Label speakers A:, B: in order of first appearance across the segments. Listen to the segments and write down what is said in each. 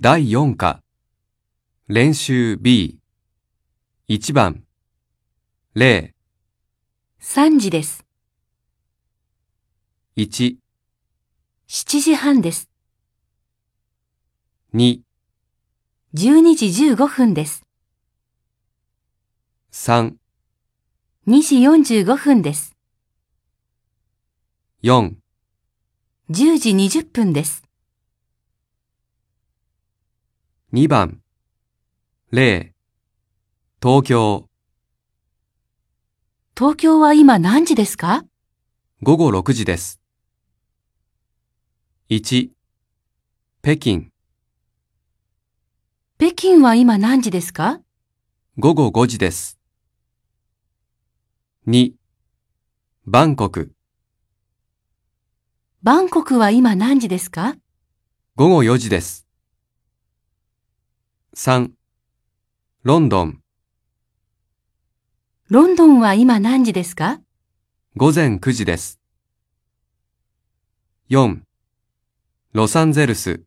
A: 第4課、練習 B、1番、0、
B: 3時です。
A: 1、
B: 7時半です。
A: 2、
B: 12時15分です。
A: 3、
B: 2時45分です。
A: 4、
B: 10時20分です。
A: 2番、0、東京、
B: 東京は今何時ですか
A: 午後6時です。1、北京、
B: 北京は今何時ですか
A: 午後5時です。2、バンコク、
B: バンコクは今何時ですか
A: 午後4時です。3、ロンドン、
B: ロンドンは今何時ですか
A: 午前9時です。4. ロサンゼルス、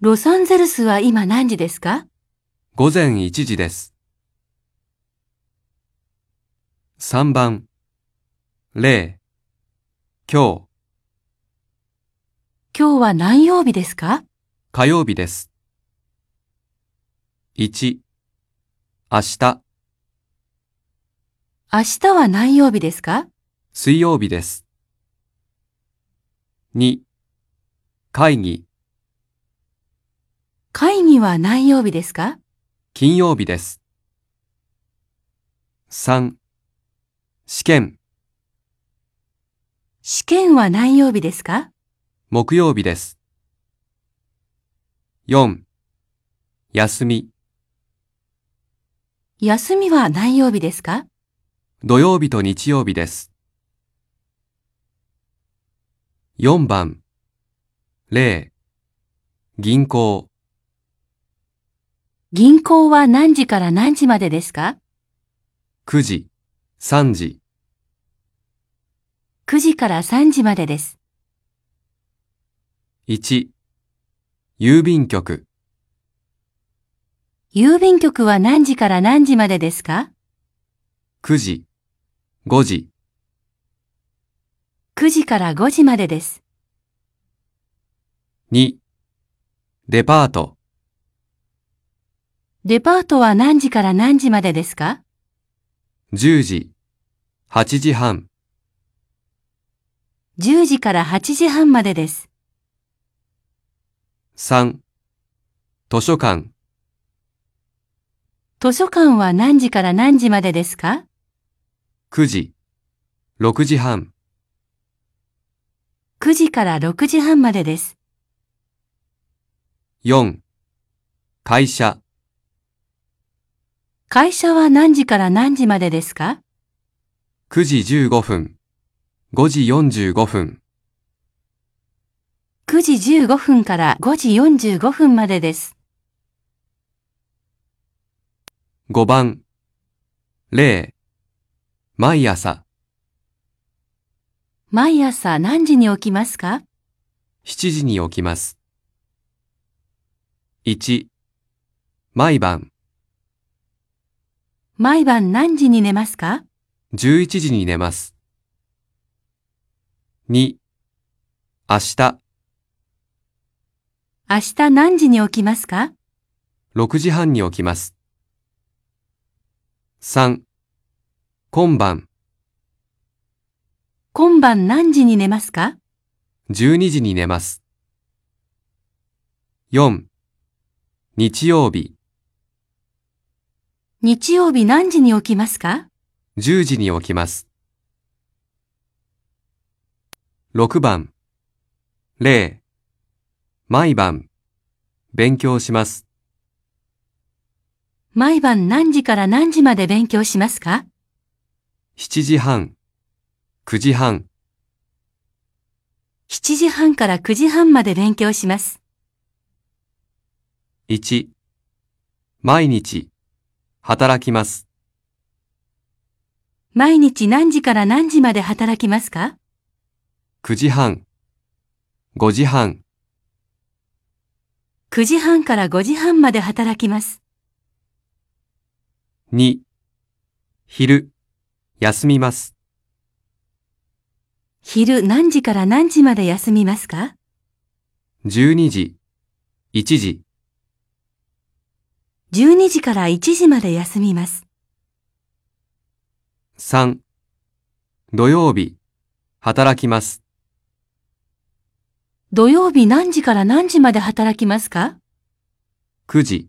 B: ロサンゼルスは今何時ですか
A: 午前1時です。3番、0、今日、
B: 今日は何曜日ですか
A: 火曜日です。1、明日、
B: 明日は何曜日ですか
A: 水曜日です。2、会議、
B: 会議は何曜日ですか
A: 金曜日です。3、試験、
B: 試験は何曜日ですか
A: 木曜日です。4. 休み、
B: 休みは何曜日ですか
A: 土曜日と日曜日です。4番、0、銀行、
B: 銀行は何時から何時までですか
A: 9時、3時、
B: 9時から3時までです。
A: 1、郵便局、
B: 郵便局は何時から何時までですか
A: 9時、5時、
B: ?9 時から5時までです。
A: 2、デパート、
B: デパートは何時から何時までですか
A: 10時、8時半、
B: ?10 時から8時半までです。
A: 3、図書館、
B: 図書館は何時から何時までですか
A: 9時、6時半、
B: ?9 時から6時半までです。
A: 4. 会社
B: 会社は何時から何時までですか
A: 9時15分、5時45分、
B: ?9 時15分から5時45分までです。
A: 5番。0. 毎朝
B: 毎朝何時に起きますか
A: 7時に起きます。1. 毎晩
B: 毎晩何時に寝ますか
A: 11時に寝ます。2. 明日
B: 明日何時に起きますか
A: 6時半に起きます。3. 今晩
B: 今晩何時に寝ますか
A: 12時に寝ます。4. 日曜日
B: 日曜日何時に起きますか
A: 10時に起きます。6番、0、毎晩、勉強します。
B: 毎晩何時から何時まで勉強しますか
A: 7時半、9時半、
B: ?7 時半から9時半まで勉強します。
A: 1、毎日、働きます。
B: 毎日何時から何時まで働きますか
A: 9時半、5時半、
B: 9時半から5時半まで働きます。
A: 2、昼、休みます。
B: 昼何時から何時まで休みますか
A: 12時、1時、
B: ?12 時から1時まで休みます。
A: 3、土曜日、働きます。
B: 土曜日何時から何時まで働きますか
A: 9時、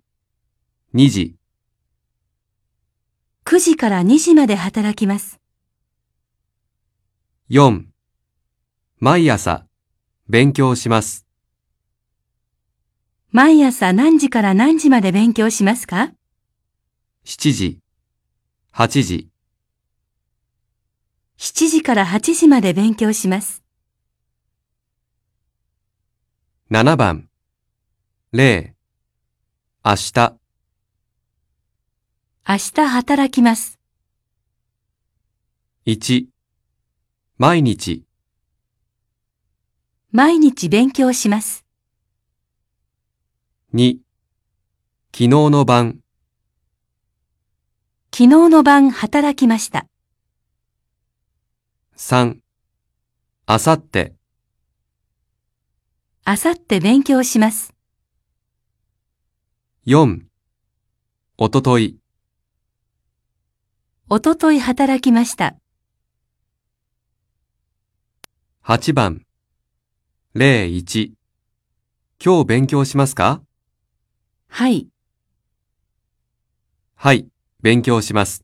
A: 2時、
B: ?9 時から2時まで働きます。
A: 4、毎朝、勉強します。
B: 毎朝何時から何時まで勉強しますか
A: 7時、8時、
B: ?7 時から8時まで勉強します。
A: 7番。0、明日、
B: 明日働きます。
A: 1、毎日、
B: 毎日勉強します。
A: 2、昨日の晩、
B: 昨日の晩働きました。
A: 3、あさって、
B: 明後日勉強します。
A: 4、おととい、
B: おととい働きました。
A: 8番。01、今日勉強しますか
B: はい。
A: はい、勉強します。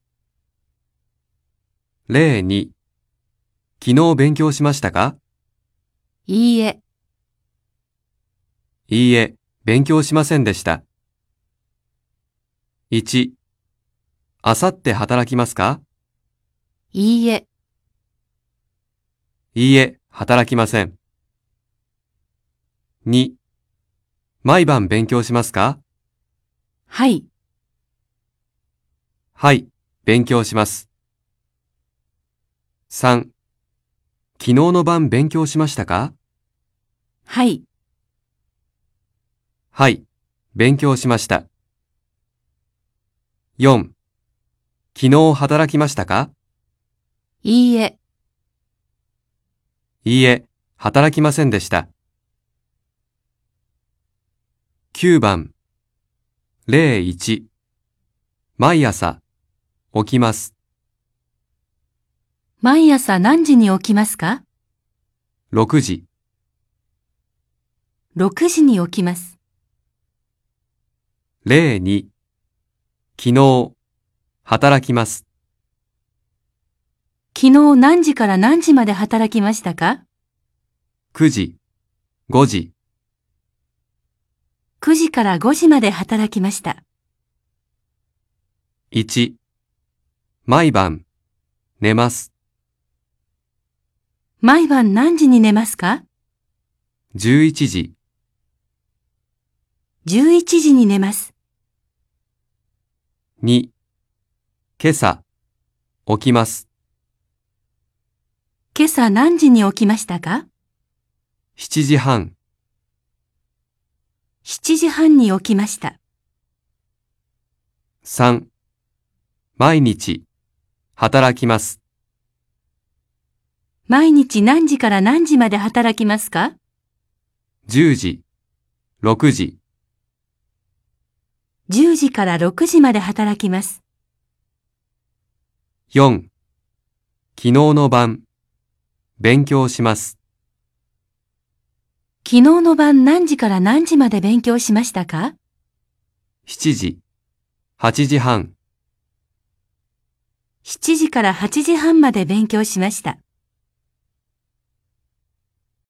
A: 02、昨日勉強しましたか
B: いいえ。
A: いいえ、勉強しませんでした。1、あさって働きますか
B: いいえ。
A: いいえ、働きません。2、毎晩勉強しますか
B: はい。
A: はい、勉強します。3、昨日の晩勉強しましたか
B: はい。
A: はい、勉強しました。4、昨日働きましたか
B: いいえ。
A: いいえ、働きませんでした。9番。01。毎朝、起きます。
B: 毎朝何時に起きますか
A: 6時、
B: ?6 時に起きます。
A: 02。昨日、働きます。
B: 昨日何時から何時まで働きましたか
A: 9時、5時、
B: ?9 時から5時まで働きました。
A: 1。毎晩、寝ます。
B: 毎晩何時に寝ますか
A: 11時、
B: ?11 時に寝ます。
A: 2。今朝、起きます。
B: 今朝何時に起きましたか
A: 7時半、
B: ?7 時半に起きました。
A: 3. 毎日、働きます。
B: 毎日何時から何時まで働きますか
A: 10時、6時、
B: ?10 時から6時まで働きます。
A: 4. 昨日の晩、勉強します。
B: 昨日の晩何時から何時まで勉強しましたか
A: 7時、8時半。
B: ?7 時から8時半まで勉強しました。